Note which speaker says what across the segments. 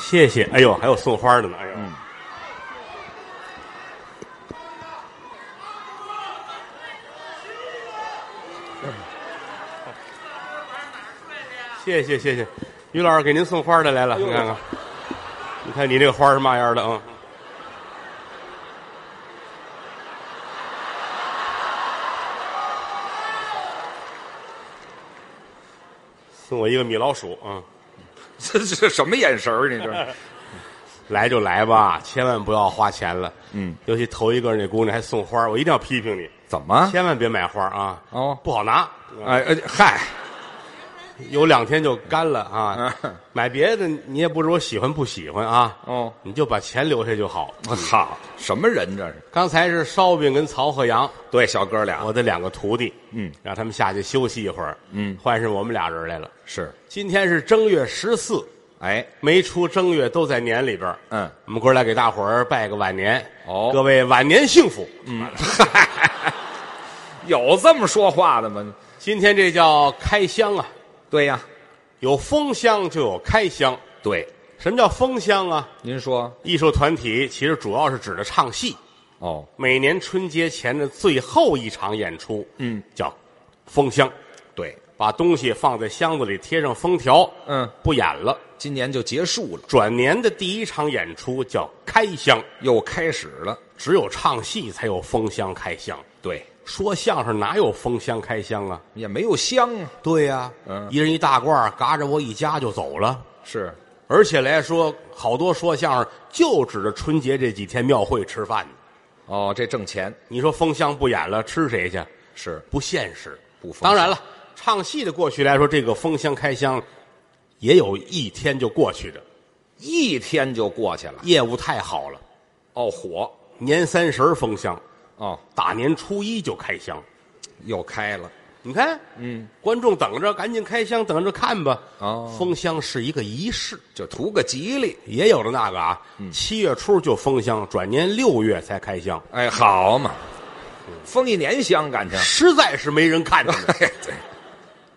Speaker 1: 谢谢。哎呦，还有送花的呢。哎呦，谢谢谢谢，于老师给您送花的来了，你看看，你看你这个花是嘛样的啊？送我一个米老鼠啊！
Speaker 2: 这这什么眼神儿？啊你这
Speaker 1: 来就来吧，千万不要花钱了。
Speaker 2: 嗯，
Speaker 1: 尤其头一个那姑娘还送花，我一定要批评你，
Speaker 2: 怎么？
Speaker 1: 千万别买花啊！
Speaker 2: 哦
Speaker 1: 不好拿，
Speaker 2: 哎哎，嗨，
Speaker 1: 有两天就干了啊
Speaker 2: 嗯！
Speaker 1: 买别的你也不是我喜欢不喜欢啊，
Speaker 2: 哦，
Speaker 1: 你就把钱留下就好。
Speaker 2: 我操，什么人这是？
Speaker 1: 刚才是烧饼跟曹鹤阳，
Speaker 2: 对，小哥俩
Speaker 1: 我的两个徒弟，
Speaker 2: 嗯，
Speaker 1: 让他们下去休息一会儿，
Speaker 2: 嗯
Speaker 1: 换上我们俩人来了。
Speaker 2: 是，
Speaker 1: 今天是正月十四，
Speaker 2: 哎，
Speaker 1: 没出正月都在年里边儿
Speaker 2: 嗯，
Speaker 1: 我们哥俩给大伙儿拜个晚年，
Speaker 2: 哦
Speaker 1: 各位晚年幸福。
Speaker 2: 有这么说话的吗？
Speaker 1: 今天这叫开箱啊，
Speaker 2: 对呀，
Speaker 1: 有封箱就有开箱。
Speaker 2: 对，
Speaker 1: 什么叫封箱啊？
Speaker 2: 您说，
Speaker 1: 艺术团体其实主要是指的唱戏，
Speaker 2: 哦，
Speaker 1: 每年春节前的最后一场演出，
Speaker 2: 嗯，
Speaker 1: 叫封箱，
Speaker 2: 对，
Speaker 1: 把东西放在箱子里贴上封条，
Speaker 2: 嗯，
Speaker 1: 不演了。
Speaker 2: 今年就结束了，
Speaker 1: 转年的第一场演出叫开箱，
Speaker 2: 又开始了，
Speaker 1: 只有唱戏才有封箱开箱，
Speaker 2: 对，
Speaker 1: 说相声哪有封箱开箱啊？
Speaker 2: 也没有香啊，
Speaker 1: 对呀、
Speaker 2: 嗯
Speaker 1: 一人一大褂，嘎着我一家就走了。
Speaker 2: 是，
Speaker 1: 而且来说，好多说相声就指着春节这几天庙会吃饭呢。
Speaker 2: 哦，这挣钱
Speaker 1: 你说封箱不演了，吃谁去？
Speaker 2: 是
Speaker 1: 不现实。
Speaker 2: 不封箱
Speaker 1: 当然了，唱戏的过去来说，这个封箱开箱也有一天就过去的，
Speaker 2: 一天就过去了，
Speaker 1: 业务太好了。
Speaker 2: 哦，火，
Speaker 1: 年三十儿封箱，
Speaker 2: 哦，
Speaker 1: 大年初一就开箱。
Speaker 2: 又开了，
Speaker 1: 你看，
Speaker 2: 嗯，
Speaker 1: 观众等着，赶紧开箱，等着看吧。
Speaker 2: 哦
Speaker 1: 封箱是一个仪式，
Speaker 2: 就图个吉利，
Speaker 1: 也有的那个啊，七月初就封箱，转年六月才开箱，
Speaker 2: 哎，好嘛，封一年香感情。
Speaker 1: 实在是没人看着呢。
Speaker 2: 哎，对，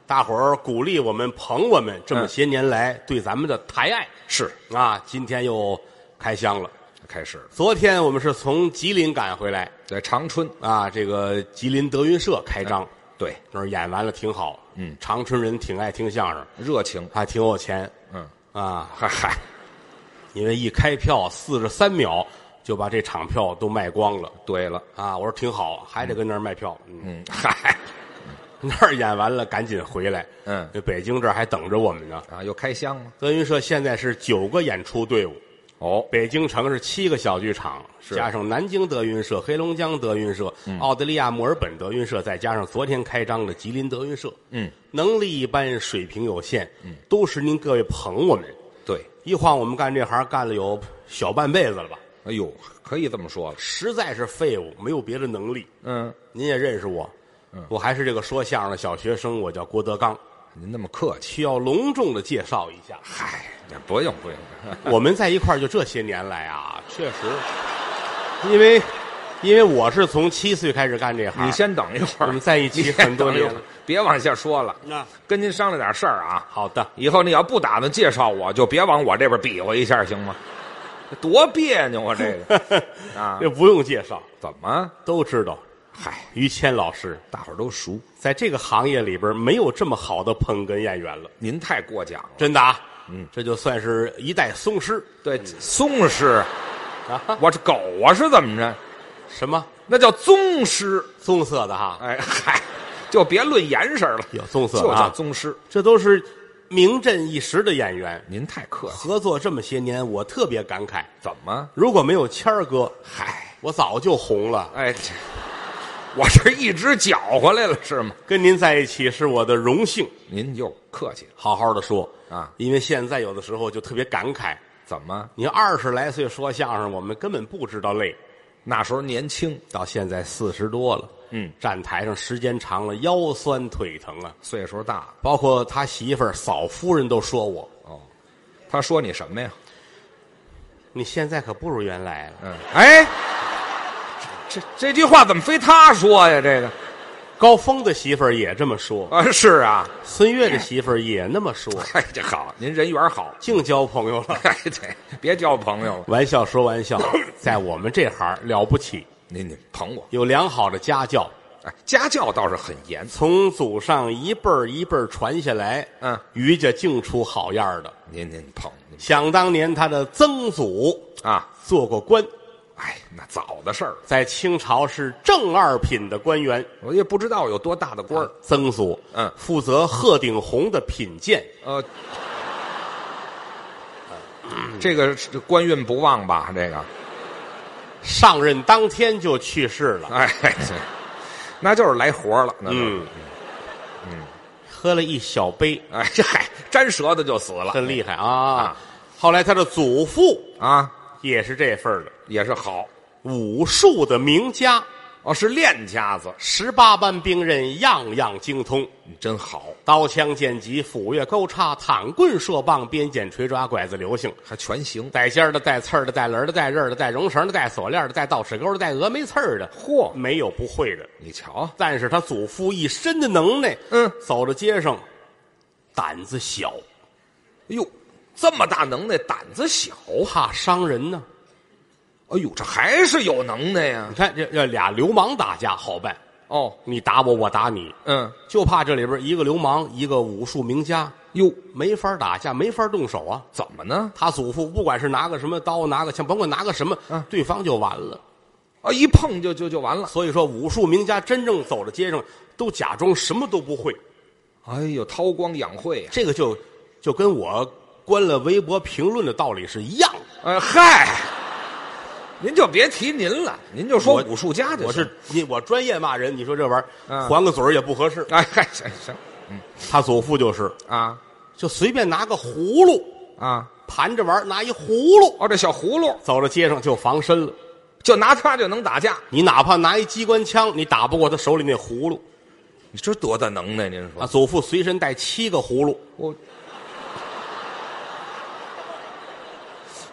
Speaker 1: 大伙儿鼓励我们、捧我们，这么些年来对咱们的抬爱、
Speaker 2: 是
Speaker 1: 啊，今天又开箱了。
Speaker 2: 开始了，
Speaker 1: 昨天我们是从吉林赶回来
Speaker 2: 对长春，
Speaker 1: 啊，这个吉林德云社开张，
Speaker 2: 对
Speaker 1: 那儿演完了挺好。嗯，长春人挺爱听相声，
Speaker 2: 热情，
Speaker 1: 还挺有钱
Speaker 2: 嗯，
Speaker 1: 啊，
Speaker 2: 嗨嗨，
Speaker 1: 因为一开票四十三秒就把这场票都卖光了
Speaker 2: 对了，
Speaker 1: 啊。我说挺好，还得跟那儿卖票。嗯，
Speaker 2: 嗯，嗨
Speaker 1: 那儿演完了赶紧回来。
Speaker 2: 嗯，
Speaker 1: 北京这儿还等着我们呢。
Speaker 2: 啊，又开箱了，
Speaker 1: 德云社现在是九个演出队伍，
Speaker 2: 哦，
Speaker 1: 北京城是七个小剧场，加上南京德云社、黑龙江德云社、澳大利亚墨尔本德云社，再加上昨天开张的吉林德云社，
Speaker 2: 嗯，
Speaker 1: 能力一般，水平有限，嗯，都是您各位捧我们。
Speaker 2: 对，
Speaker 1: 一晃我们干这行干了有小半辈子了吧，
Speaker 2: 哎呦，可以这么说了，
Speaker 1: 实在是废物，没有别的能力。
Speaker 2: 嗯，
Speaker 1: 您也认识我，我还是这个说相声的小学生，我叫郭德纲，
Speaker 2: 您那么客气，
Speaker 1: 需要隆重的介绍一下。
Speaker 2: 嗨，不用不用，
Speaker 1: 我们在一块儿就这些年来啊，确实，因为因为我是从七岁开始干这行，
Speaker 2: 你先等一会
Speaker 1: 我
Speaker 2: 儿
Speaker 1: 们，在一
Speaker 2: 你
Speaker 1: 起很
Speaker 2: 先
Speaker 1: 多
Speaker 2: 等一
Speaker 1: 年
Speaker 2: 会
Speaker 1: 了
Speaker 2: 儿。，别往下说了，
Speaker 1: 那
Speaker 2: 跟您商量点事儿啊，
Speaker 1: 好的，
Speaker 2: 以后你要不打算介绍我，就别往我这边比划一下，行吗？多别扭啊，这个 啊，
Speaker 1: 这不用介绍，
Speaker 2: 怎么？
Speaker 1: 都知道。
Speaker 2: 嗨，
Speaker 1: 于谦老师
Speaker 2: 大伙儿都熟，
Speaker 1: 在这个行业里边没有这么好的捧哏演员了，
Speaker 2: 您太过奖了。
Speaker 1: 真的啊。嗯，这就算是一代宗师
Speaker 2: 对，宗师，
Speaker 1: 啊，
Speaker 2: 我这狗啊是怎么着？
Speaker 1: 什么
Speaker 2: 那叫宗师。
Speaker 1: 棕色的哈，
Speaker 2: 哎嗨，就别论严实了，
Speaker 1: 有棕色
Speaker 2: 就
Speaker 1: 的
Speaker 2: 叫
Speaker 1: 啊，
Speaker 2: 宗师。
Speaker 1: 这都是名震一时的演员。
Speaker 2: 您太客气，
Speaker 1: 合作这么些年，我特别感慨，
Speaker 2: 怎么？
Speaker 1: 如果没有谦儿哥，
Speaker 2: 嗨，
Speaker 1: 我早就红了。
Speaker 2: 哎，这我这一直搅和来了是吗？
Speaker 1: 跟您在一起是我的荣幸。
Speaker 2: 您又客气了，
Speaker 1: 好好的说
Speaker 2: 啊
Speaker 1: 因为现在有的时候就特别感慨。
Speaker 2: 怎么？
Speaker 1: 你二十来岁说相声，我们根本不知道累。
Speaker 2: 那时候年轻，
Speaker 1: 到现在四十多了，
Speaker 2: 嗯，
Speaker 1: 站台上时间长了，腰酸腿疼啊。
Speaker 2: 岁数大了。
Speaker 1: 包括他媳妇儿嫂夫人都说我，
Speaker 2: 哦，他说你什么呀？
Speaker 1: 你现在可不如原来了。
Speaker 2: 嗯，哎，这这这句话怎么非他说呀？这个
Speaker 1: 高峰的媳妇儿也这么说，
Speaker 2: 啊，是啊，
Speaker 1: 孙越的媳妇儿也那么说，
Speaker 2: 哎，这好，您人缘好，
Speaker 1: 净交朋友 了。
Speaker 2: 哎，对，别交朋友了，
Speaker 1: 玩笑说玩笑，在我们这行儿了不起，
Speaker 2: 您您捧我，
Speaker 1: 有良好的家教，
Speaker 2: 哎，家教倒是很严，
Speaker 1: 从祖上一辈儿一辈儿传下来。
Speaker 2: 嗯，
Speaker 1: 于家净出好样儿的。
Speaker 2: 您您捧您
Speaker 1: 想当年，他的曾祖
Speaker 2: 啊，
Speaker 1: 做过官，
Speaker 2: 哎，那早的事儿，
Speaker 1: 在清朝是正二品的官员。啊
Speaker 2: 我也不知道有多大的官儿，
Speaker 1: 曾祖，
Speaker 2: 嗯
Speaker 1: 负责鹤顶红的品鉴。
Speaker 2: 呃，这个是官运不旺吧？这个，
Speaker 1: 上任当天就去世了，
Speaker 2: 哎，对那就是来活儿了，那就
Speaker 1: 嗯，喝了一小杯，
Speaker 2: 哎，这嗨，粘舌头就死了
Speaker 1: 真厉害啊！后来他的祖父
Speaker 2: 啊，
Speaker 1: 也是这份儿的，
Speaker 2: 也是好
Speaker 1: 武术的名家，
Speaker 2: 哦，是练家子，
Speaker 1: 十八般兵刃样样精通，
Speaker 2: 你真好，
Speaker 1: 刀枪剑戟斧钺钩叉躺棍射棒鞭锏锤抓拐子流星。
Speaker 2: 还全行。
Speaker 1: 带尖儿的，带刺儿的，带轮儿的，带刃儿的，带绒绳儿的，带锁链儿的，带倒齿钩的，带峨眉刺儿的，
Speaker 2: 嚯，
Speaker 1: 没有不会的。
Speaker 2: 你瞧，
Speaker 1: 但是他祖父一身的能耐，
Speaker 2: 嗯
Speaker 1: 走到街上，胆子小，
Speaker 2: 哎呦，这么大能耐，胆子小。
Speaker 1: 怕伤人呢。
Speaker 2: 哎呦，这还是有能耐呀
Speaker 1: 你。看这这俩流氓打架好办，
Speaker 2: 哦，
Speaker 1: 你打我，我打你，
Speaker 2: 嗯，
Speaker 1: 就怕这里边一个流氓，一个武术名家，
Speaker 2: 哟，
Speaker 1: 没法打架，没法动手啊。
Speaker 2: 怎么呢？
Speaker 1: 他祖父不管是拿个什么刀，拿个枪，甭管拿个什么，
Speaker 2: 嗯
Speaker 1: 对方就完了。
Speaker 2: 啊，一碰就就就完了。
Speaker 1: 所以说，武术名家真正走到街上，都假装什么都不会。
Speaker 2: 哎呦，韬光养晦啊呀。
Speaker 1: 这个就就跟我关了微博评论的道理是一样的。
Speaker 2: 呃，嗨，您就别提您了，您就说
Speaker 1: 我
Speaker 2: 武术家就
Speaker 1: 我
Speaker 2: 行
Speaker 1: 是你，我专业骂人，你说这玩意儿
Speaker 2: 嗯
Speaker 1: 还个嘴儿也不合适。
Speaker 2: 哎，嗨，行行
Speaker 1: 他祖父就是，
Speaker 2: 啊
Speaker 1: 就随便拿个葫芦
Speaker 2: 啊，
Speaker 1: 盘着玩儿，拿一葫芦
Speaker 2: 哦，这小葫芦
Speaker 1: 走到街上就防身了。
Speaker 2: 就拿它就能打架，
Speaker 1: 你哪怕拿一机关枪，你打不过他手里那葫芦
Speaker 2: 你这多大能耐？您
Speaker 1: 啊！
Speaker 2: 说
Speaker 1: 祖父随身带七个葫芦，
Speaker 2: 我。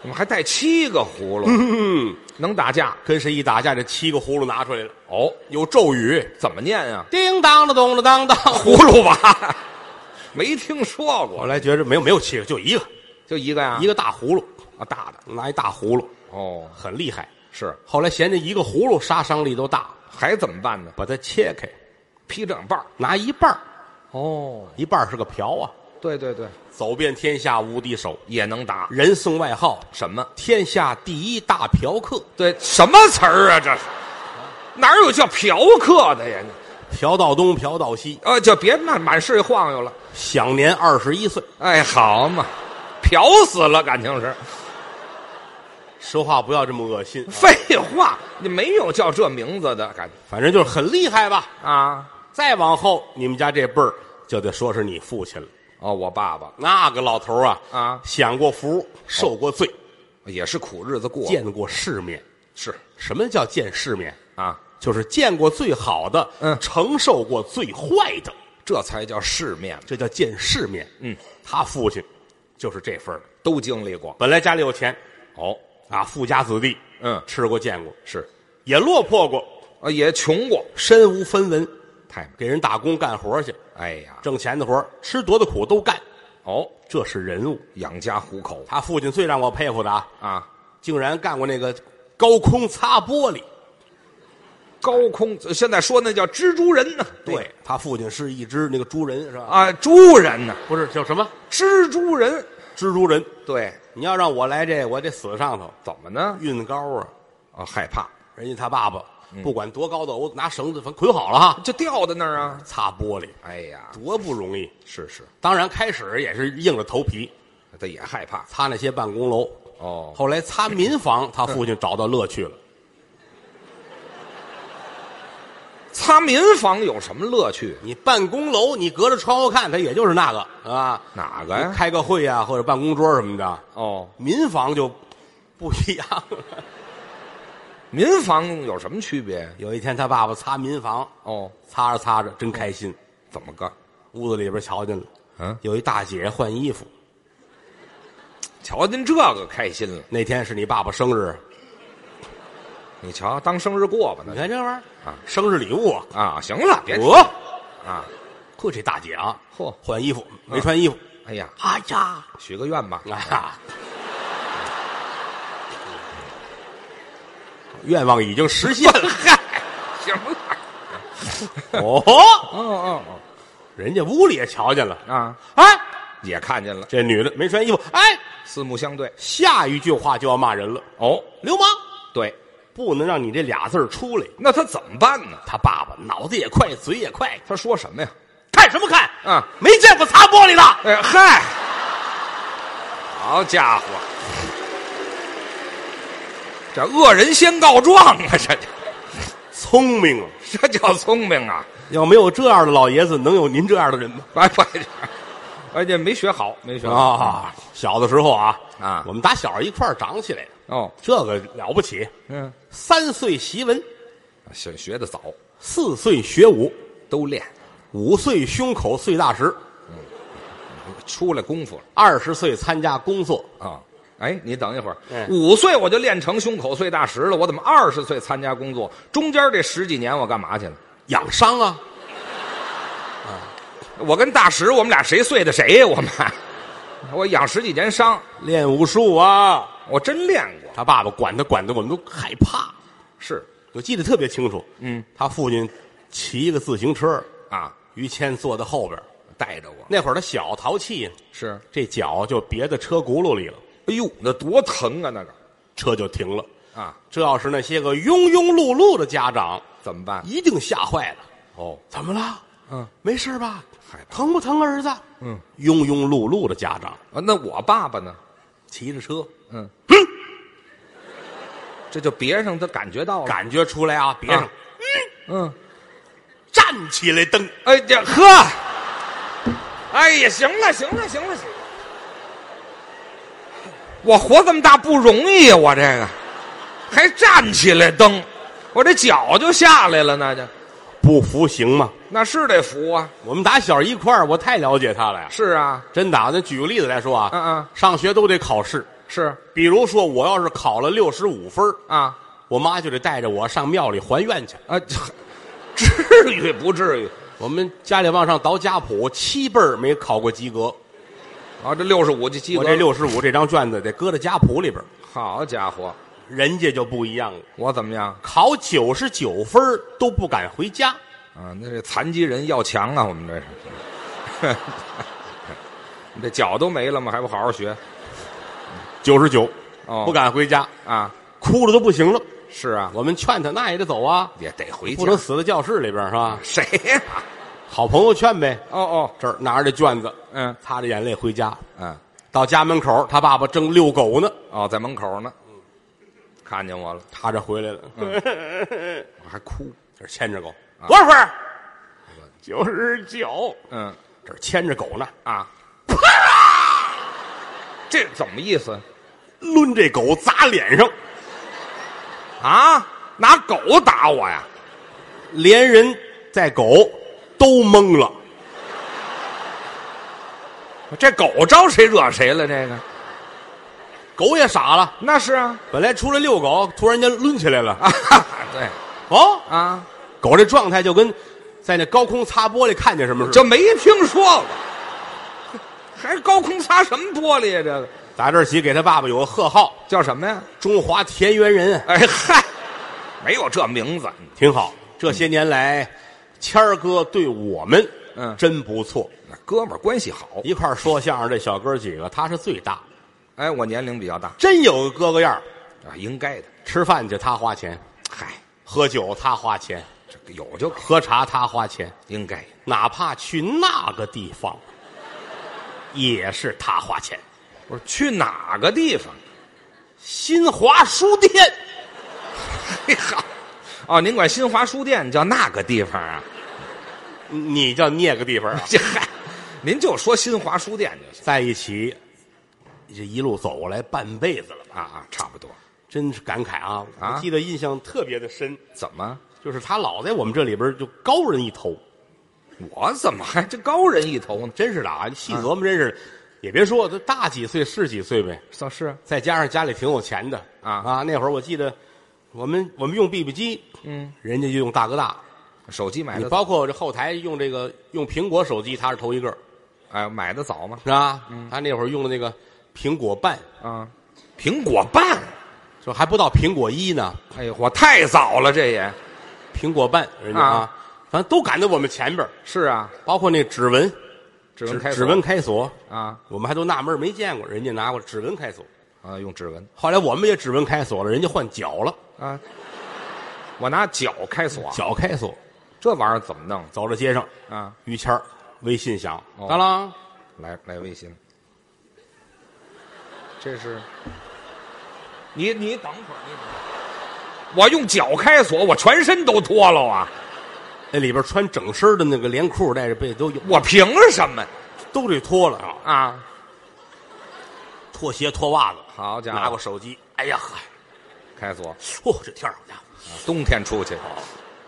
Speaker 2: 怎么还带七个葫芦？能打架
Speaker 1: 跟谁一打架，这七个葫芦拿出来了，
Speaker 2: 哦？
Speaker 1: 有咒语，
Speaker 2: 怎么念啊？
Speaker 1: 叮当了咚了当当。
Speaker 2: 葫芦娃， 没听说
Speaker 1: 后
Speaker 2: 过，
Speaker 1: 来觉着没有没有七个，就一个
Speaker 2: 就一个呀、
Speaker 1: 一个大葫芦，
Speaker 2: 啊大的
Speaker 1: 拿一大葫芦，
Speaker 2: 哦，
Speaker 1: 很厉害。
Speaker 2: 是
Speaker 1: 后来嫌这一个葫芦杀伤力都大，
Speaker 2: 还怎么办呢？
Speaker 1: 把它切开，
Speaker 2: 劈两半儿
Speaker 1: 拿一半儿
Speaker 2: 哦，
Speaker 1: 一半儿是个瓢啊，
Speaker 2: 对对对，
Speaker 1: 走遍天下无敌手，
Speaker 2: 也能打
Speaker 1: 人送外号
Speaker 2: 什么？
Speaker 1: “天下第一大嫖客
Speaker 2: 对，什么词儿啊？这是哪有叫嫖客的呀？”，
Speaker 1: 嫖到东，嫖到西，
Speaker 2: 呃，就别那满世界晃悠了。
Speaker 1: 享年二十一岁。
Speaker 2: 哎，好嘛，嫖死了，感情是。
Speaker 1: 说话不要这么恶心，
Speaker 2: 废话，你没有叫这名字的感觉
Speaker 1: 反正就是很厉害吧。
Speaker 2: 啊？
Speaker 1: 再往后，你们家这辈儿就得说是你父亲了。
Speaker 2: 哦，我爸爸
Speaker 1: 那个老头儿啊，
Speaker 2: 啊
Speaker 1: 享过福，受过罪，
Speaker 2: 也是苦日子过，
Speaker 1: 见过世面。
Speaker 2: 是
Speaker 1: 什么叫见世面？
Speaker 2: 啊，
Speaker 1: 就是见过最好的，
Speaker 2: 嗯
Speaker 1: 承受过最坏的，
Speaker 2: 这才叫世面，
Speaker 1: 这叫见世面。
Speaker 2: 嗯，
Speaker 1: 他父亲就是这份儿的。
Speaker 2: 都经历过。
Speaker 1: 本来家里有钱
Speaker 2: 哦，
Speaker 1: 啊，富家子弟，
Speaker 2: 嗯，
Speaker 1: 吃过见过，
Speaker 2: 是
Speaker 1: 也落魄过，
Speaker 2: 啊，也穷过，
Speaker 1: 身无分文，
Speaker 2: 太美。
Speaker 1: 给人打工干活去，
Speaker 2: 哎呀，
Speaker 1: 挣钱的活儿吃多大苦都干，
Speaker 2: 哦，
Speaker 1: 这是人物。
Speaker 2: 养家糊口
Speaker 1: 他父亲最让我佩服的啊，
Speaker 2: 啊，
Speaker 1: 竟然干过那个高空擦玻璃。
Speaker 2: 高空现在说那叫蜘蛛人呢。
Speaker 1: 对他父亲是一只那个猪人是吧？
Speaker 2: 啊，猪人呢？
Speaker 1: 不是叫什么
Speaker 2: 蜘蛛人，
Speaker 1: 蜘蛛人？
Speaker 2: 对，
Speaker 1: 你要让我来这，我得死上头。
Speaker 2: 怎么呢？
Speaker 1: 运高啊，
Speaker 2: 啊，害怕
Speaker 1: 人家他爸爸不管多高的我拿绳子反正捆好了哈，
Speaker 2: 就掉在那儿啊！
Speaker 1: 擦玻璃
Speaker 2: 哎呀，
Speaker 1: 多不容易。
Speaker 2: 是是，
Speaker 1: 当然开始也是硬着头皮
Speaker 2: 他也害怕
Speaker 1: 擦那些办公楼，
Speaker 2: 哦。
Speaker 1: 后来擦民房，他父亲找到乐趣了。
Speaker 2: 擦民房有什么乐趣？
Speaker 1: 你办公楼，你隔着窗户看，它也就是那个啊，
Speaker 2: 哪个呀？
Speaker 1: 开个会啊，或者办公桌什么的。
Speaker 2: 哦，
Speaker 1: 民房就不一样了。
Speaker 2: 民房有什么区别？
Speaker 1: 有一天，他爸爸擦民房，
Speaker 2: 哦，
Speaker 1: 擦着擦着真开心，
Speaker 2: 怎么个？
Speaker 1: 屋子里边瞧见了，
Speaker 2: 嗯，
Speaker 1: 有一大姐换衣服。
Speaker 2: 瞧您这个开心了
Speaker 1: 那天是你爸爸生日，
Speaker 2: 你瞧，当生日过吧，那
Speaker 1: 你
Speaker 2: 就
Speaker 1: 看这玩意儿
Speaker 2: 啊，
Speaker 1: 生日礼物啊，
Speaker 2: 啊，行了，别提
Speaker 1: 我
Speaker 2: 啊，
Speaker 1: 呵，这大姐啊，
Speaker 2: 嚯
Speaker 1: 换衣服没穿衣服，
Speaker 2: 哎呀，
Speaker 1: 哎呀，
Speaker 2: 许个愿吧，
Speaker 1: 啊，愿望已经实现 了。
Speaker 2: 行了，
Speaker 1: 哦，
Speaker 2: 哦哦
Speaker 1: 人家屋里也瞧见了
Speaker 2: 哦，啊，
Speaker 1: 哎，
Speaker 2: 也看见了，
Speaker 1: 这女的没穿衣服，哎，
Speaker 2: 四目相对，
Speaker 1: 下一句话就要骂人了，
Speaker 2: 哦，
Speaker 1: 流氓，
Speaker 2: 对，
Speaker 1: 不能让你这俩字儿出来。
Speaker 2: 那他怎么办呢？
Speaker 1: 他爸爸脑子也快，嘴也快，
Speaker 2: 他说什么呀？
Speaker 1: 看什么看？
Speaker 2: 啊，
Speaker 1: 没见过擦玻璃的。
Speaker 2: 哎嗨，好家伙，这恶人先告状啊！这
Speaker 1: 聪明啊！
Speaker 2: 这叫聪明啊！
Speaker 1: 要没有这样的老爷子，能有您这样的人吗？
Speaker 2: 哎不，而且哎没学好，没学好
Speaker 1: 啊，小的时候啊，
Speaker 2: 啊
Speaker 1: 我们打小一块儿长起来的，
Speaker 2: 哦，
Speaker 1: 这个了不起。
Speaker 2: 嗯，
Speaker 1: 三岁习文，
Speaker 2: 学学的早，
Speaker 1: 四岁学武，
Speaker 2: 都练
Speaker 1: 五岁胸口碎大石，
Speaker 2: 出来功夫了
Speaker 1: 二十岁参加工作，
Speaker 2: 啊。哎，你等一会儿
Speaker 1: 嗯，
Speaker 2: 五岁我就练成胸口碎大石了，我怎么二十岁参加工作？中间这十几年我干嘛去了？
Speaker 1: 养伤啊，
Speaker 2: 我跟大石，我们俩谁碎的谁呀？我们， 我养十几年伤，
Speaker 1: 练武术啊。
Speaker 2: 我真练过。
Speaker 1: 他爸爸管他管的，我们都害怕。
Speaker 2: 是
Speaker 1: 我记得特别清楚，
Speaker 2: 嗯，
Speaker 1: 他父亲骑一个自行车，
Speaker 2: 啊，
Speaker 1: 于谦坐在后边儿。
Speaker 2: 带着我。
Speaker 1: 那会儿他小淘气，
Speaker 2: 是，
Speaker 1: 这脚就别在车轱辘里了，
Speaker 2: 哎呦，那多疼啊！那个
Speaker 1: 车就停了。
Speaker 2: 啊，
Speaker 1: 这要是那些个庸庸碌碌的家长，
Speaker 2: 怎么办？
Speaker 1: 一定吓坏了。
Speaker 2: 哦，
Speaker 1: 怎么了？
Speaker 2: 嗯，
Speaker 1: 没事吧
Speaker 2: 害？怕
Speaker 1: 疼不疼，儿子？
Speaker 2: 嗯，
Speaker 1: 庸庸碌碌的家长
Speaker 2: 啊那我爸爸呢？
Speaker 1: 骑着车，
Speaker 2: 嗯，这就别上他感觉到了。
Speaker 1: 感觉出来啊，别上、
Speaker 2: 哦啊嗯，
Speaker 1: 站起来蹬，
Speaker 2: 哎呀呵，哎呀，行了，行了，行了，行了我活这么大不容易啊，我这个还站起来蹬，我这脚就下来了，那就
Speaker 1: 不服行吗？
Speaker 2: 那是得扶啊。
Speaker 1: 我们打小一块儿，我太了解他了呀。
Speaker 2: 是啊，
Speaker 1: 真打咱举个例子来说啊，
Speaker 2: 嗯嗯
Speaker 1: 上学都得考试，
Speaker 2: 是
Speaker 1: 比如说我要是考了六十五分儿，
Speaker 2: 啊。
Speaker 1: 我妈就得带着我上庙里还愿去。
Speaker 2: 啊， 这至于不至于
Speaker 1: 我们家里往上倒家谱，七辈儿没考过及格，
Speaker 2: 啊？这六十五就及格
Speaker 1: 我
Speaker 2: 了，
Speaker 1: 这六十五这张卷子得搁在家谱里边儿。
Speaker 2: 好家伙，
Speaker 1: 人家就不一样了，
Speaker 2: 我怎么样
Speaker 1: 考九十九分儿都不敢回家。
Speaker 2: 啊？那这残疾人要强啊，我们这是， 你这脚都没了吗？还不好好学
Speaker 1: 九十九，
Speaker 2: 哦
Speaker 1: 不敢回家，
Speaker 2: 啊？
Speaker 1: 哭的都不行了。
Speaker 2: 是啊，
Speaker 1: 我们劝他，那也得走啊，
Speaker 2: 也得回
Speaker 1: 不
Speaker 2: 家
Speaker 1: 能。死在教室里边儿是吧？
Speaker 2: 谁呀、
Speaker 1: 好朋友劝呗，
Speaker 2: 哦哦，
Speaker 1: 这儿拿着这卷子，
Speaker 2: 嗯
Speaker 1: 擦着眼泪回家。
Speaker 2: 嗯，
Speaker 1: 到家门口，他爸爸正遛狗呢，
Speaker 2: 哦，在门口呢，看见我了，
Speaker 1: 他这回来了，嗯
Speaker 2: 我还哭。
Speaker 1: 这儿牵着狗，多啊少分儿？九十九，
Speaker 2: 嗯
Speaker 1: 这儿牵着狗呢，
Speaker 2: 啊，这怎么意思
Speaker 1: 抡这狗砸脸上，
Speaker 2: 啊？拿狗打我呀？
Speaker 1: 连人带狗都懵了。
Speaker 2: 这狗招谁惹谁了？这个
Speaker 1: 狗也傻了，
Speaker 2: 那是啊
Speaker 1: 本来出来遛狗，突然间抡起来了。
Speaker 2: 啊，对
Speaker 1: 哦，
Speaker 2: 啊，
Speaker 1: 狗这状态就跟在那高空擦玻璃看见什么似的。
Speaker 2: 就没听说过， 还高空擦什么玻璃呀、这个
Speaker 1: 打这儿起给他爸爸有个贺号
Speaker 2: 叫什么呀？
Speaker 1: ——中华田园人，啊
Speaker 2: 哎嗨，没有这名字，
Speaker 1: 挺好。这些年来，谦儿哥对我们
Speaker 2: 嗯
Speaker 1: 真不错。
Speaker 2: 那哥们儿关系好。
Speaker 1: 一块儿说相声这小哥几个，他是最大，
Speaker 2: 哎，我年龄比较大
Speaker 1: 真有个哥哥样儿
Speaker 2: 啊，应该的。
Speaker 1: 吃饭去他花钱，
Speaker 2: 嗨，
Speaker 1: 喝酒他花钱，
Speaker 2: 这个有就
Speaker 1: 喝茶他花钱，
Speaker 2: 应该
Speaker 1: 哪怕去那个地方，也是他花钱。
Speaker 2: 不是去哪个地方？
Speaker 1: 新华书店，
Speaker 2: 嘿好，哦，您管新华书店叫那个地方啊？
Speaker 1: 你叫那个地方啊？
Speaker 2: 这嗨，您就说新华书店就行
Speaker 1: 在一起，这一路走过来半辈子了吧，
Speaker 2: 啊啊，差不多。
Speaker 1: 真是感慨啊！
Speaker 2: 啊
Speaker 1: 我记得印象特别的深，
Speaker 2: 怎么？
Speaker 1: 就是他老在我们这里边儿就高人一头，
Speaker 2: 我怎么还这高人一头呢？
Speaker 1: 真是的啊！细琢磨，真是的，也别说，这大几岁是几岁呗。
Speaker 2: 算是
Speaker 1: 再加上家里挺有钱的
Speaker 2: 啊
Speaker 1: 啊，那会儿我记得我们我们用 BB 机，嗯，人家就用大哥大。
Speaker 2: 手机买
Speaker 1: 你
Speaker 2: 的早，
Speaker 1: 包括这后台用这个用苹果手机，他是头一个，
Speaker 2: 哎，买的早嘛，
Speaker 1: 是吧？
Speaker 2: 嗯
Speaker 1: 他那会儿用的那个苹果半，
Speaker 2: 啊，苹果半，
Speaker 1: 就还不到苹果一呢，
Speaker 2: 哎呦，我太早了，这也
Speaker 1: 苹果半人家啊，反正都赶在我们前边儿
Speaker 2: 是啊，
Speaker 1: 包括那指纹，
Speaker 2: 指纹
Speaker 1: 指
Speaker 2: 开锁
Speaker 1: 指纹开锁，
Speaker 2: 啊
Speaker 1: 我们还都纳闷儿没见过人家拿过指纹开锁。
Speaker 2: 啊，用指纹
Speaker 1: 后来我们也指纹开锁了，人家换脚了，
Speaker 2: 啊，我拿脚开锁，
Speaker 1: 脚开锁。
Speaker 2: 这玩意儿怎么弄
Speaker 1: 走到街上，
Speaker 2: 啊？
Speaker 1: 于谦儿微信响，
Speaker 2: 哦
Speaker 1: 当啷，
Speaker 2: 来来微信，这是你你等会儿，你等会儿，我用脚开锁，我全身都脱了啊，
Speaker 1: 那里边穿整身的那个连裤带着被子都有，
Speaker 2: 我凭什么
Speaker 1: 都得脱了啊，
Speaker 2: 啊？
Speaker 1: 脱鞋脱袜子，
Speaker 2: 好家伙
Speaker 1: 拿过手机，哎呀嗨，
Speaker 2: 开锁，啊
Speaker 1: 嚯，这天儿好家伙，
Speaker 2: 冬天出去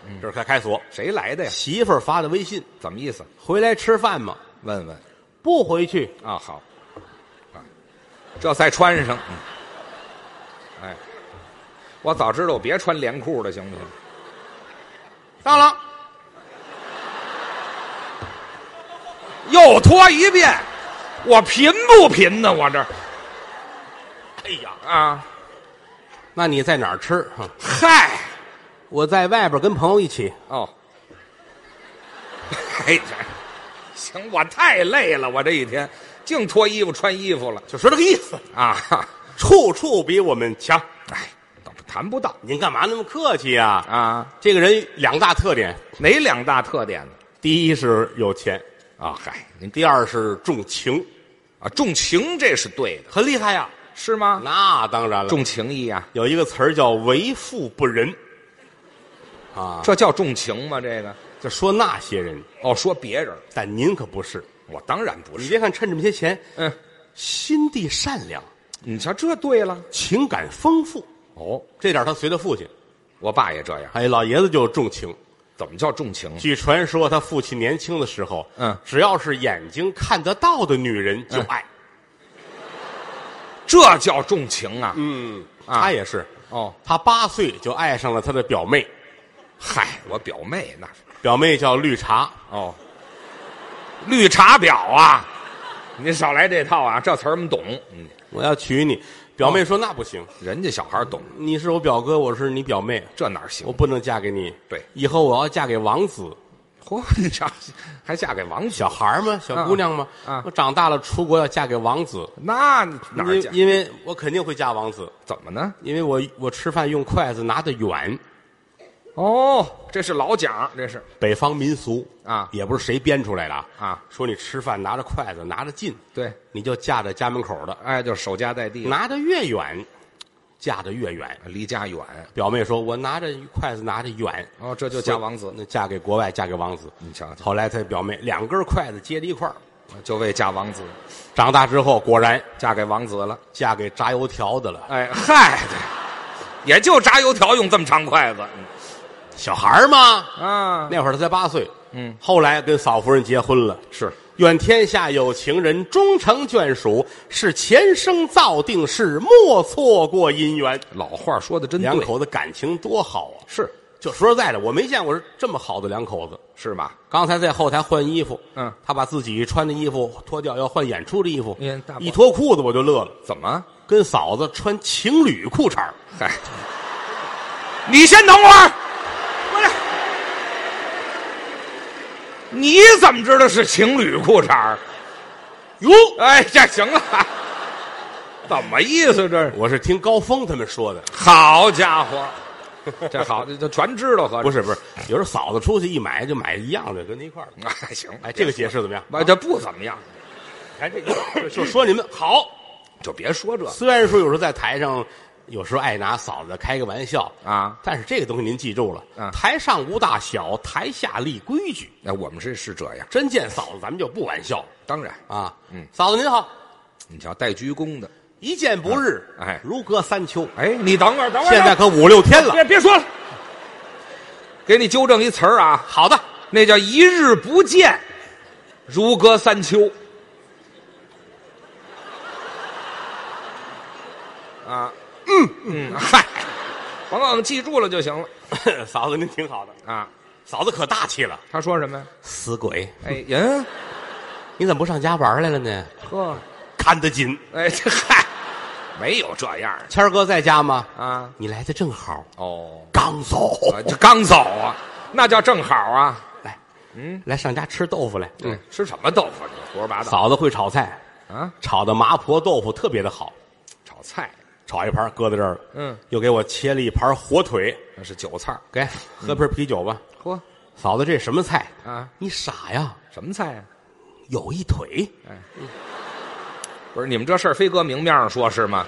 Speaker 2: 嗯
Speaker 1: 这是开开锁，
Speaker 2: 谁来的呀？
Speaker 1: 媳妇儿发的微信，
Speaker 2: 怎么意思？
Speaker 1: 回来吃饭吗？
Speaker 2: 问问。
Speaker 1: 不回去，
Speaker 2: 啊，好，啊，这再穿上，嗯哎，我早知道我别穿连裤了，行不行？
Speaker 1: 当啷，
Speaker 2: 又脱一遍，我贫不贫呢？我这
Speaker 1: 哎呀，
Speaker 2: 啊，
Speaker 1: 那你在哪儿吃？哼
Speaker 2: 嗨，
Speaker 1: 我在外边跟朋友一起，
Speaker 2: 哦， 哎，这行，我太累了，我这一天净脱衣服穿衣服了
Speaker 1: 就是这个意思，
Speaker 2: 啊，哈
Speaker 1: 处处比我们强。
Speaker 2: 哎，都谈不到
Speaker 1: 您干嘛那么客气呀、啊？
Speaker 2: 啊，
Speaker 1: 这个人两大特点，
Speaker 2: 哪两大特点呢？
Speaker 1: 第一是有钱，
Speaker 2: 啊，嗨，您
Speaker 1: 第二是重情，
Speaker 2: 啊，重情这是对的，
Speaker 1: 很厉害呀、
Speaker 2: 是吗？
Speaker 1: 那当然了，
Speaker 2: 重情义啊。
Speaker 1: 有一个词儿叫为富不仁，
Speaker 2: 这叫重情吗？这个
Speaker 1: 就说那些人，
Speaker 2: 哦，说别人，
Speaker 1: 但您可不是。
Speaker 2: 我当然不
Speaker 1: 你
Speaker 2: 是。
Speaker 1: 别看趁这么些钱，
Speaker 2: 嗯，
Speaker 1: 心地善良，
Speaker 2: 你瞧，这对了。
Speaker 1: 情感丰富，
Speaker 2: 哦，
Speaker 1: 这点儿他随他父亲。
Speaker 2: 我爸也这样。
Speaker 1: 哎，老爷子就重情。
Speaker 2: 怎么叫重情？
Speaker 1: 据传说，他父亲年轻的时候，
Speaker 2: 嗯
Speaker 1: 只要是眼睛看得到的女人就爱。
Speaker 2: 这叫重情啊！
Speaker 1: 嗯，
Speaker 2: 啊
Speaker 1: 他也是，
Speaker 2: 哦，
Speaker 1: 他八岁就爱上了他的表妹，
Speaker 2: 嗨，我表妹那是
Speaker 1: 表妹叫绿茶。
Speaker 2: 哦，绿茶婊啊！您少来这套啊！这词儿我们懂，嗯，
Speaker 1: 我要娶你。表妹说那不行，
Speaker 2: 人家小孩懂，
Speaker 1: 你是我表哥，我是你表妹，
Speaker 2: 这哪行
Speaker 1: 我？不能嫁给你。
Speaker 2: 对
Speaker 1: 以后我要嫁给王子，
Speaker 2: 嚯，你瞧，还嫁给王
Speaker 1: 小
Speaker 2: 小，
Speaker 1: 孩儿嘛，小姑娘嘛。
Speaker 2: 啊啊
Speaker 1: 我长大了出国要嫁给王子，
Speaker 2: 那哪儿嫁
Speaker 1: 因？因为我肯定会嫁王子，
Speaker 2: 怎么呢？
Speaker 1: 因为我我吃饭用筷子拿得远。
Speaker 2: 哦，这是老蒋，这是
Speaker 1: 北方民俗
Speaker 2: 啊
Speaker 1: 也不是谁编出来的啊
Speaker 2: 啊
Speaker 1: 说你吃饭拿着筷子拿得近，
Speaker 2: 对，
Speaker 1: 你就嫁到家门口的；
Speaker 2: 哎，就守家在地，
Speaker 1: 拿得越远，嫁得越远。
Speaker 2: 离家远。
Speaker 1: 表妹说：“我拿着筷子拿得远，
Speaker 2: 哦，这就嫁王子，
Speaker 1: 那嫁给国外，嫁给王子。
Speaker 2: 你瞧瞧
Speaker 1: 后来他表妹两根筷子接在一块儿，
Speaker 2: 就为嫁王子，
Speaker 1: 长大之后果然
Speaker 2: 嫁给王子了。
Speaker 1: 嫁给炸油条的了。
Speaker 2: 哎，嗨，对，也就炸油条用这么长筷子
Speaker 1: 小孩儿嘛，
Speaker 2: 啊。
Speaker 1: 那会儿他才八岁，
Speaker 2: 嗯，
Speaker 1: 后来跟嫂夫人结婚了。
Speaker 2: 是，
Speaker 1: 愿天下有情人终成眷属，是前生造定事，莫错过姻缘。
Speaker 2: 老话说的真
Speaker 1: 两
Speaker 2: 对，
Speaker 1: 口子感情多好啊！
Speaker 2: 是
Speaker 1: 就说实在的，我没见过这么好的两口子。
Speaker 2: 是吧？
Speaker 1: 刚才在后台换衣服，
Speaker 2: 嗯，
Speaker 1: 他把自己穿的衣服脱掉，要换演出的衣服
Speaker 2: 嗯大，宝
Speaker 1: 一脱裤子我就乐了，
Speaker 2: 怎么？
Speaker 1: 跟嫂子穿情侣裤衩儿
Speaker 2: 嗨，你先等会儿，过来。你怎么知道是情侣裤衩儿
Speaker 1: 哟，
Speaker 2: 哎，这行了，怎么意思这是？
Speaker 1: 我是听高峰他们说的，
Speaker 2: 好家伙，这好，这这全知道合着
Speaker 1: 不是不是，有时候嫂子出去一买就买一样的，跟那一块儿。
Speaker 2: 哎，行，
Speaker 1: 哎，这个解释怎么样？
Speaker 2: 哎，这不怎么样，
Speaker 1: 哎，这就说你们好。
Speaker 2: 就别说这
Speaker 1: 虽然说有时候在台上，有时候爱拿嫂子开个玩笑，
Speaker 2: 啊。
Speaker 1: 但是这个东西您记住了，
Speaker 2: 嗯
Speaker 1: 台上无大小，台下立规矩。
Speaker 2: 哎，我们这是这样，
Speaker 1: 真见嫂子，咱们就不玩笑
Speaker 2: 当然，
Speaker 1: 啊。
Speaker 2: 嗯，
Speaker 1: 嫂子您好，
Speaker 2: 你瞧带鞠躬的，
Speaker 1: 一见不日，
Speaker 2: 哎
Speaker 1: 如隔三秋。
Speaker 2: 哎，你等会儿，等会儿，
Speaker 1: 现在可五六天了。
Speaker 2: 别别说了，给你纠正一词儿啊，
Speaker 1: 好的，
Speaker 2: 那叫一日不见，如隔三秋。
Speaker 1: 嗯
Speaker 2: 啊，嗯嗯，嗨，甭管我们记住了就行了
Speaker 1: 嫂子您挺好的，
Speaker 2: 啊。
Speaker 1: 嫂子可大气了，
Speaker 2: 他说什么呀？
Speaker 1: 死鬼，
Speaker 2: 哎， 人
Speaker 1: 你怎么不上家玩来了呢？
Speaker 2: 呵，
Speaker 1: 看得紧，
Speaker 2: 哎，这嗨，没有这样的
Speaker 1: 谦儿哥在家吗？
Speaker 2: 啊。
Speaker 1: 你来的正好，
Speaker 2: 哦，
Speaker 1: 刚走，
Speaker 2: 啊这刚走啊，那叫正好啊。
Speaker 1: 来，
Speaker 2: 嗯，
Speaker 1: 来上家吃豆腐来。
Speaker 2: 对，，吃什么豆腐？你胡说八道
Speaker 1: 嫂子会炒菜，
Speaker 2: 啊！
Speaker 1: 炒的麻婆豆腐特别的好，
Speaker 2: 炒菜
Speaker 1: 炒一盘搁在这儿了。
Speaker 2: 嗯，
Speaker 1: 又给我切了一盘火腿，
Speaker 2: 那是韭菜儿。
Speaker 1: 给喝瓶啤酒吧。
Speaker 2: 嚯
Speaker 1: 嫂子，这什么菜？
Speaker 2: 啊，
Speaker 1: 你傻呀？
Speaker 2: 什么菜啊呀、
Speaker 1: 有一腿，
Speaker 2: 不是你们这事儿非搁明面上说是吗？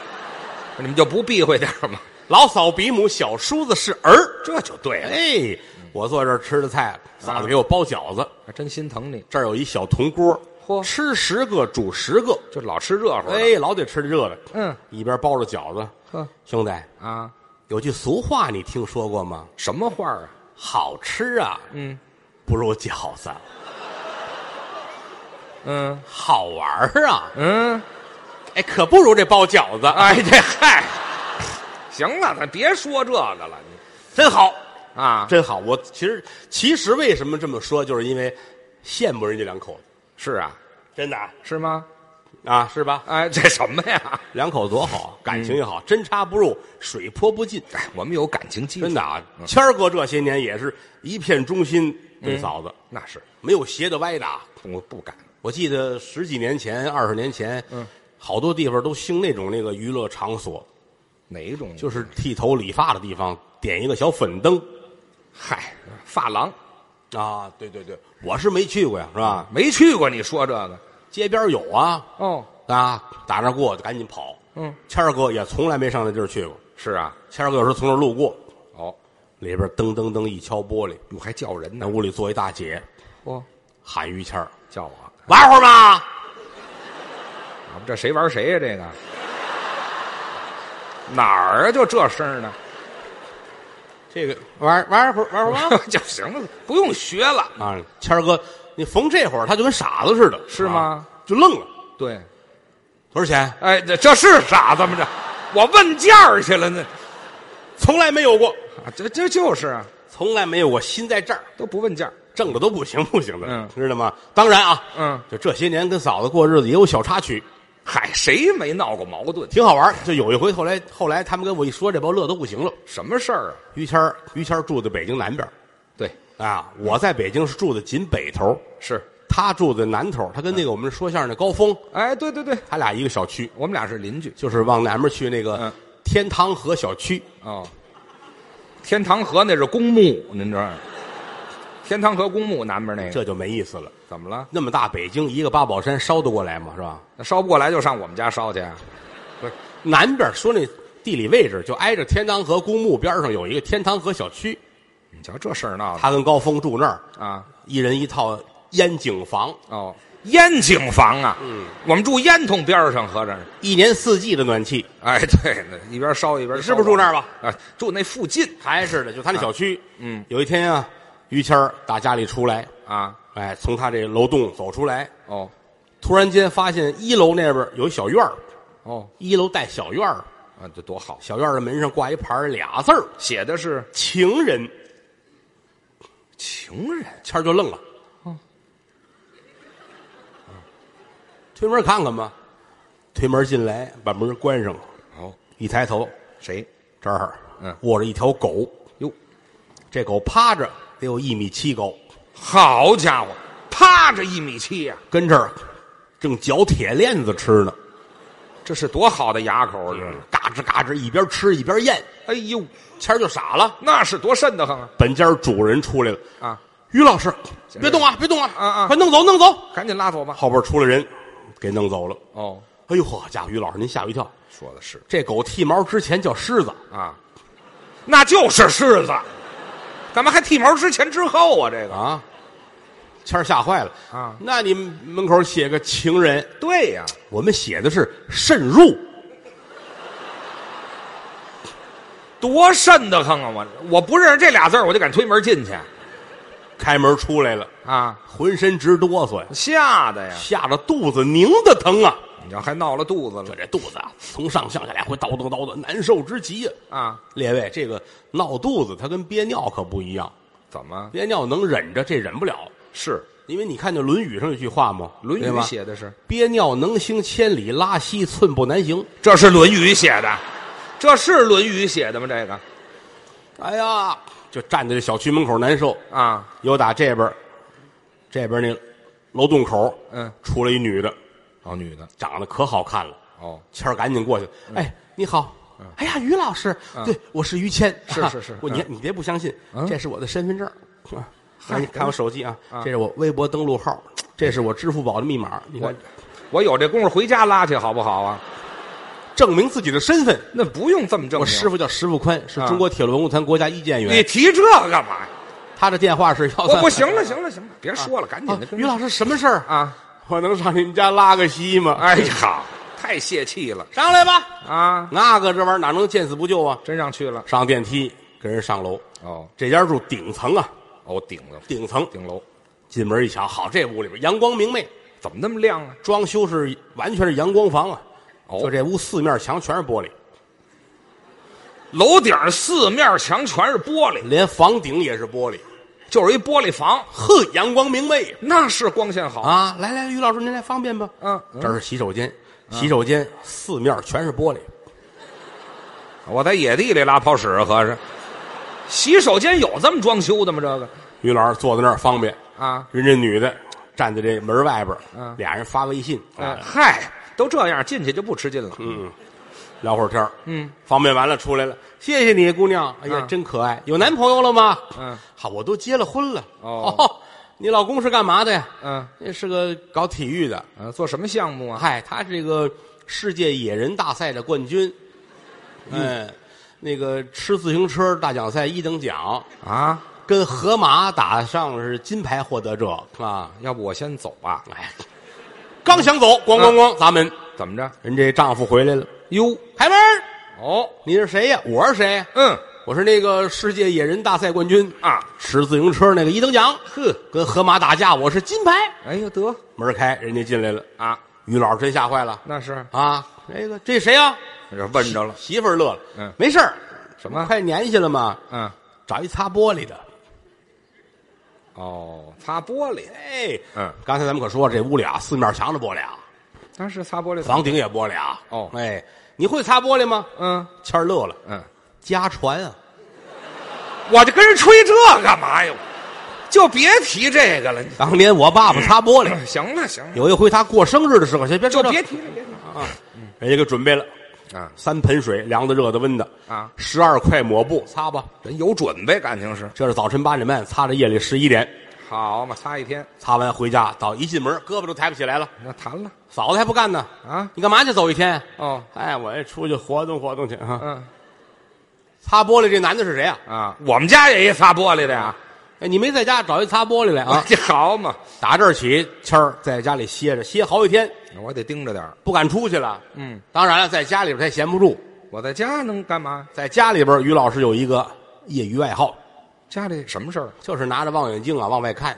Speaker 2: 你们就不避讳点儿吗？
Speaker 1: 老嫂比母，小叔子是儿。
Speaker 2: 这就对了，
Speaker 1: 哎，我坐这儿吃的菜，嫂子给我包饺子。
Speaker 2: 还真心疼你，
Speaker 1: 这儿有一小铜锅，
Speaker 2: 嚯
Speaker 1: 吃十个煮十个，
Speaker 2: 就老吃热乎的。
Speaker 1: 哎，老得吃热的。
Speaker 2: 嗯，
Speaker 1: 一边包着饺子。
Speaker 2: 呵
Speaker 1: 兄弟，
Speaker 2: 啊，
Speaker 1: 有句俗话你听说过吗？
Speaker 2: 什么话儿啊？
Speaker 1: 好吃啊，
Speaker 2: 嗯
Speaker 1: 不如饺子；
Speaker 2: 嗯
Speaker 1: 好玩儿啊，
Speaker 2: 嗯，
Speaker 1: 哎，可不如这包饺子。啊
Speaker 2: 哎，这嗨，行了，咱别说这个了，你
Speaker 1: 真好，
Speaker 2: 啊，
Speaker 1: 真好。我其实其实为什么这么说，就是因为羡慕人家两口子，
Speaker 2: 是啊，
Speaker 1: 真的啊
Speaker 2: 是吗？
Speaker 1: 啊，是吧？
Speaker 2: 哎，这什么呀？
Speaker 1: 两口子多好，啊感情也好，针插不入，水泼不进，
Speaker 2: 哎，我们有感情基础，
Speaker 1: 真的啊。谦儿哥这些年也是一片忠心对嫂子，
Speaker 2: 那是
Speaker 1: 没有斜的歪的啊。
Speaker 2: 我不敢。
Speaker 1: 我记得十几年前、二十年前，嗯，好多地方都兴那种那个娱乐场所，
Speaker 2: 哪一种？
Speaker 1: 就是剃头理发的地方点一个小粉灯
Speaker 2: 嗨，发廊啊
Speaker 1: 啊。对对对，我是没去过呀，是吧？
Speaker 2: 没去过，你说这个
Speaker 1: 街边有啊，
Speaker 2: 哦，
Speaker 1: 啊，打那儿过就赶紧跑。
Speaker 2: 嗯，
Speaker 1: 谦儿哥也从来没上那地儿去过，
Speaker 2: 是啊，
Speaker 1: 谦儿哥有时候从那儿路过，
Speaker 2: 哦，
Speaker 1: 里边噔噔噔一敲玻璃，
Speaker 2: 我还叫人
Speaker 1: 那
Speaker 2: 呢，
Speaker 1: 屋里坐一大姐
Speaker 2: 嚯，
Speaker 1: 喊于谦儿
Speaker 2: 叫我，
Speaker 1: 玩会儿吧，
Speaker 2: 我们这谁玩谁呀、这个哪儿啊？就这声儿呢？
Speaker 1: 这个玩玩会儿玩会儿吧。
Speaker 2: 就行了，不用学了。
Speaker 1: 啊，谦儿哥，你逢这会儿他就跟傻子似的，
Speaker 2: 是
Speaker 1: 啊
Speaker 2: 吗？
Speaker 1: 就愣了，
Speaker 2: 对，
Speaker 1: 多少钱？
Speaker 2: 哎，这这是傻子吗？这我问价儿去了呢，
Speaker 1: 从来没有过，
Speaker 2: 啊这这就是啊，
Speaker 1: 从来没有过，心在这儿。
Speaker 2: 都不问价儿。
Speaker 1: 挣的都不行不行的，
Speaker 2: 嗯
Speaker 1: 知道吗？当然啊，
Speaker 2: 嗯，
Speaker 1: 就这些年跟嫂子过日子也有小插曲，
Speaker 2: 嗨，谁没闹过矛盾？
Speaker 1: 挺好玩儿。就有一回，后来后来他们跟我一说，这帮乐都不行了。
Speaker 2: 什么事儿啊？
Speaker 1: 于谦儿于谦儿住在北京南边儿
Speaker 2: 对，
Speaker 1: 啊，我在北京是住的紧北头，
Speaker 2: 是，
Speaker 1: 他住在南头，他跟那个我们说相声的高峰，
Speaker 2: 哎，对对对，
Speaker 1: 他俩一个小区，
Speaker 2: 我们俩是邻居
Speaker 1: 就是往南边去那个
Speaker 2: 嗯
Speaker 1: 天堂河小区。
Speaker 2: 哦。天堂河那是公墓，您这天堂河公墓南边那个
Speaker 1: 这就没意思了。
Speaker 2: 怎么了？
Speaker 1: 那么大北京，一个八宝山烧得过来吗？是吧？
Speaker 2: 那烧不过来就上我们家烧去啊？
Speaker 1: 南边说那地理位置就挨着天堂河公墓边上有一个天堂河小区，
Speaker 2: 你瞧这事儿闹的
Speaker 1: 他跟高峰住那儿，
Speaker 2: 啊！
Speaker 1: 一人一套烟景房，
Speaker 2: 哦，烟景房啊，嗯，我们住烟囱边儿上，合着是。
Speaker 1: 一年四季的暖气，
Speaker 2: 哎，对，那一边烧一边烧，
Speaker 1: 你是不是住那儿吧？
Speaker 2: 啊，住那附近
Speaker 1: 还是的，就他那小区。
Speaker 2: 嗯，
Speaker 1: 有一天啊，于谦儿打家里出来，
Speaker 2: 啊。
Speaker 1: 哎，从他这楼栋走出来，
Speaker 2: 哦，
Speaker 1: 突然间发现一楼那边有一小院儿，
Speaker 2: 哦，
Speaker 1: 一楼带小院儿，
Speaker 2: 啊，这多好！
Speaker 1: 小院儿的门上挂一牌儿俩字儿
Speaker 2: 写的是
Speaker 1: “情人
Speaker 2: 情人”，
Speaker 1: 谦儿就愣了。啊推门看看吧，推门进来，把门关上，
Speaker 2: 哦，
Speaker 1: 一抬头，
Speaker 2: 谁？
Speaker 1: 这儿，
Speaker 2: 嗯
Speaker 1: 握着一条狗，
Speaker 2: 哟，
Speaker 1: 这狗趴着得有一米七高，
Speaker 2: 好家伙，趴着一米七啊呀、
Speaker 1: 跟这儿正嚼铁链子吃呢，
Speaker 2: 这是多好的牙口啊！这是，
Speaker 1: 嘎吱嘎吱一边吃一边咽，
Speaker 2: 哎呦，
Speaker 1: 谦儿就傻了。
Speaker 2: 那是多瘆得慌啊！
Speaker 1: 本家主人出来了，
Speaker 2: 啊，
Speaker 1: 于老师，别动啊，别动啊，
Speaker 2: 啊啊
Speaker 1: 快弄走，弄走！
Speaker 2: 赶紧拉走吧。
Speaker 1: 后边出来人，给弄走了。
Speaker 2: 哦，
Speaker 1: 哎呦呵，家伙，于老师您吓我一跳，
Speaker 2: 说的是
Speaker 1: 这狗剃毛之前叫狮子，
Speaker 2: 啊，那就是狮子，干嘛还剃毛之前之后啊？这个
Speaker 1: 啊，谦儿吓坏了
Speaker 2: 啊
Speaker 1: 那你门口写个情人，
Speaker 2: 对呀、
Speaker 1: 我们写的是慎入，
Speaker 2: 多瘆得慌啊！我我不认识这俩字儿我就敢推门进去
Speaker 1: 开门出来了，
Speaker 2: 啊，
Speaker 1: 浑身直哆嗦呀，
Speaker 2: 吓得呀！
Speaker 1: 吓得肚子拧的疼啊！
Speaker 2: 你要还闹了肚子
Speaker 1: 就
Speaker 2: 了
Speaker 1: 这肚子啊，从上向下来回倒腾倒腾，难受之极呀、
Speaker 2: 啊？
Speaker 1: 列位，这个闹肚子它跟憋尿可不一样，
Speaker 2: 怎么
Speaker 1: 憋尿能忍着，这忍不了。
Speaker 2: 是
Speaker 1: 因为你看那《论语》上有句话吗？
Speaker 2: 《论语
Speaker 1: 对吧》
Speaker 2: 写的是？
Speaker 1: 憋尿能行千里，拉稀寸步难行。
Speaker 2: 这是《论语》写的，这是《论语》写的吗？这个
Speaker 1: 哎呀，就站在这小区门口难受。
Speaker 2: 啊，
Speaker 1: 有打这边儿，这边儿那楼洞口，
Speaker 2: 嗯，
Speaker 1: 出来一女的，
Speaker 2: 哦，女的，
Speaker 1: 长得可好看了。
Speaker 2: 哦，
Speaker 1: 谦儿赶紧过去，哎，你好。哎呀，于老师，对，我是嗯于谦，
Speaker 2: 是
Speaker 1: 啊
Speaker 2: 是是
Speaker 1: 我你你别不相信，这是我的身份证，啊来，你看我手机啊，这是我微博登录号，这是我支付宝的密码，你
Speaker 2: 我
Speaker 1: 看，
Speaker 2: 我有这功夫回家拉去好不好啊？
Speaker 1: 证嗯明自己的身份。
Speaker 2: 那不用这么证明。
Speaker 1: 我师傅叫石富宽，是
Speaker 2: 啊
Speaker 1: 中国铁路文物团国家一建
Speaker 2: 你
Speaker 1: 员，
Speaker 2: 提这干嘛呀？
Speaker 1: 他的电话是幺
Speaker 2: 我
Speaker 1: 三。
Speaker 2: 不行了，行了，行了，别说了，赶紧
Speaker 1: 啊
Speaker 2: 的，跟
Speaker 1: 于老师，什么事儿？
Speaker 2: 啊！
Speaker 1: 我能上你们家拉个稀吗？
Speaker 2: 哎呀，太泄气了
Speaker 1: 上来吧。
Speaker 2: 啊！
Speaker 1: 那个这玩意儿哪能见死不救啊？
Speaker 2: 真上去了
Speaker 1: 上电梯跟人上楼，
Speaker 2: 哦
Speaker 1: 这家住顶层啊，
Speaker 2: 哦，顶了
Speaker 1: 顶层。
Speaker 2: 顶楼，
Speaker 1: 进门一瞧，好，这屋里边阳光明媚，
Speaker 2: 怎么那么亮啊？
Speaker 1: 装修是完全是阳光房啊。
Speaker 2: 哦
Speaker 1: 就这屋四面墙全是玻璃，
Speaker 2: 楼顶四面墙全是玻璃，
Speaker 1: 连房顶也是玻璃。
Speaker 2: 就是一玻璃房，
Speaker 1: 呵，阳光明媚
Speaker 2: 那是光线好。
Speaker 1: 啊！来来，于老师您来方便吧？
Speaker 2: 哦嗯嗯
Speaker 1: 这是洗手间，洗手间四面全是玻璃。
Speaker 2: 我在野地里拉泡屎，合着。洗手间有这么装修的吗？这个
Speaker 1: 于老师坐在那儿方便，
Speaker 2: 啊，
Speaker 1: 人家女的站在这门外边儿，
Speaker 2: 嗯
Speaker 1: 俩人发微信
Speaker 2: 哎
Speaker 1: 啊，嗯
Speaker 2: 嗨，都这样进去就不吃劲了。
Speaker 1: 聊会儿天儿
Speaker 2: 嗯，
Speaker 1: 方便完了出来了，谢谢你，姑娘，哎呀，
Speaker 2: 嗯
Speaker 1: 真可爱。有男朋友了吗？
Speaker 2: 嗯，
Speaker 1: 好，我都结了婚了。
Speaker 2: 哦
Speaker 1: 你老公是干嘛的呀？
Speaker 2: 嗯
Speaker 1: 那是个搞体育的。
Speaker 2: 呃，做什么项目啊？
Speaker 1: 嗨，他这个世界野人大赛的冠军。嗯，那个吃自行车大奖赛一等奖，
Speaker 2: 啊，
Speaker 1: 跟河马打上是金牌获得者啊。
Speaker 2: 要不我先走吧？
Speaker 1: 哎，刚想走，咣咣
Speaker 2: 嗯
Speaker 1: 咣砸门，
Speaker 2: 怎么着？
Speaker 1: 人这丈夫回来了，
Speaker 2: 哟，
Speaker 1: 开门儿，
Speaker 2: 哦，
Speaker 1: 你是谁呀？我是谁？
Speaker 2: 嗯
Speaker 1: 我是那个世界野人大赛冠军，
Speaker 2: 啊，
Speaker 1: 骑自行车那个一等奖，呵，跟河马打架，我是金牌。
Speaker 2: 哎呦得
Speaker 1: 门儿开，人家进来了，
Speaker 2: 啊，
Speaker 1: 于老师真吓坏了
Speaker 2: 那是
Speaker 1: 啊！那个这谁呀、
Speaker 2: 这问着了
Speaker 1: 媳妇儿乐了，
Speaker 2: 嗯
Speaker 1: 没事儿，
Speaker 2: 什么
Speaker 1: 快年下了嘛，
Speaker 2: 嗯，
Speaker 1: 找一擦玻璃的。
Speaker 2: 哦，擦玻璃，
Speaker 1: 哎，
Speaker 2: 嗯，
Speaker 1: 刚才咱们可说了，这屋里啊，四面墙的玻璃啊，
Speaker 2: 那是擦玻璃
Speaker 1: 房顶也玻璃啊。
Speaker 2: 哦
Speaker 1: 哎，你会擦玻璃吗？
Speaker 2: 嗯
Speaker 1: 谦儿乐了，
Speaker 2: 嗯，
Speaker 1: 家传啊，
Speaker 2: 我就跟人吹这干嘛呀？就别提这个了。你
Speaker 1: 当年我爸爸擦玻 璃，
Speaker 2: 行了行了，
Speaker 1: 有一回他过生日的时候，先别
Speaker 2: 就
Speaker 1: 说这
Speaker 2: 别提了，别提了
Speaker 1: 啊，人家给准备了
Speaker 2: 啊！
Speaker 1: 三盆水，凉的、热的、温的
Speaker 2: 啊
Speaker 1: 十二块抹布擦吧。
Speaker 2: 人有准备，感情是
Speaker 1: 这是早晨八点半，擦到夜里十一点，
Speaker 2: 好嘛，擦一天
Speaker 1: 擦完回家，到一进门胳膊都抬不起来了，
Speaker 2: 那谈了
Speaker 1: 嫂子还不干呢。
Speaker 2: 啊？
Speaker 1: 你干嘛去走一天？
Speaker 2: 哦，
Speaker 1: 哎，我也出去活动活动去啊。
Speaker 2: 嗯
Speaker 1: 擦玻璃这男的是谁啊？
Speaker 2: 啊，我们家也一擦玻璃的呀。
Speaker 1: 哎，你没在家找一擦玻璃来 啊？
Speaker 2: 这好嘛，
Speaker 1: 打这儿起，谦儿在家里歇着，歇好几天，
Speaker 2: 我得盯着点儿。
Speaker 1: 不敢出去了。
Speaker 2: 嗯，
Speaker 1: 当然了，在家里边他也闲不住，
Speaker 2: 我在家能干嘛？
Speaker 1: 在家里边，于老师有一个业余爱好，
Speaker 2: 家里什么事儿？
Speaker 1: 就是拿着望远镜啊往外看。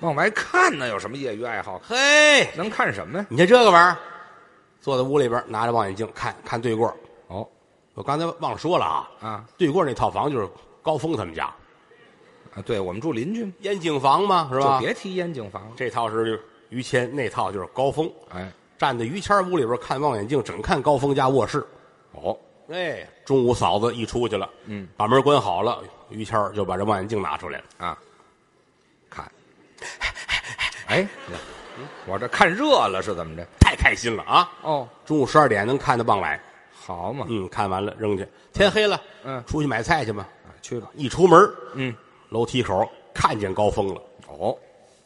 Speaker 2: 往外看呢，有什么业余爱好？
Speaker 1: 嘿，
Speaker 2: 能看什么呀？
Speaker 1: 你看这个玩意儿，坐在屋里边拿着望远镜看看对过儿。
Speaker 2: 哦，
Speaker 1: 我刚才忘说了啊，
Speaker 2: 啊
Speaker 1: 对过儿那套房就是高峰他们家
Speaker 2: 啊，对我们住邻居嘛，
Speaker 1: 烟景房嘛，是吧
Speaker 2: 就？别提烟景房了。
Speaker 1: 这套是于谦，那套就是高峰。
Speaker 2: 哎，
Speaker 1: 站在于谦屋里边看望远镜，整看高峰家卧室。
Speaker 2: 哦，
Speaker 1: 哎，中午嫂子一出去了，
Speaker 2: 嗯，
Speaker 1: 把门关好了，于谦儿就把这望远镜拿出来了。
Speaker 2: 啊，看，哎，我这看热了是怎么着？
Speaker 1: 太开心了啊！
Speaker 2: 哦，
Speaker 1: 中午十二点能看到傍晚，
Speaker 2: 好嘛，
Speaker 1: 嗯，看完了扔去，天黑了，
Speaker 2: 嗯
Speaker 1: 出去买菜去吧。
Speaker 2: 啊去吧。
Speaker 1: 一出门，
Speaker 2: 嗯，
Speaker 1: 楼梯口看见高峰了，
Speaker 2: 哦，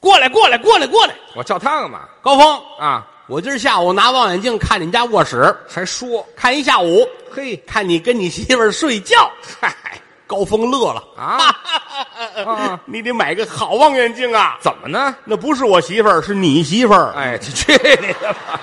Speaker 1: 过来，过来，过来，过来，
Speaker 2: 我叫他干嘛
Speaker 1: 高峰，
Speaker 2: 啊？
Speaker 1: 我今儿下午拿望远镜看你们家卧室，
Speaker 2: 还说，
Speaker 1: 看一下午，
Speaker 2: 嘿，
Speaker 1: 看你跟你媳妇儿睡觉。
Speaker 2: 嗨，
Speaker 1: 高峰乐了
Speaker 2: 啊
Speaker 1: 啊！你得买个好望远镜啊！
Speaker 2: 怎么呢？
Speaker 1: 那不是我媳妇儿，是你媳妇儿。
Speaker 2: 哎，去你的吧！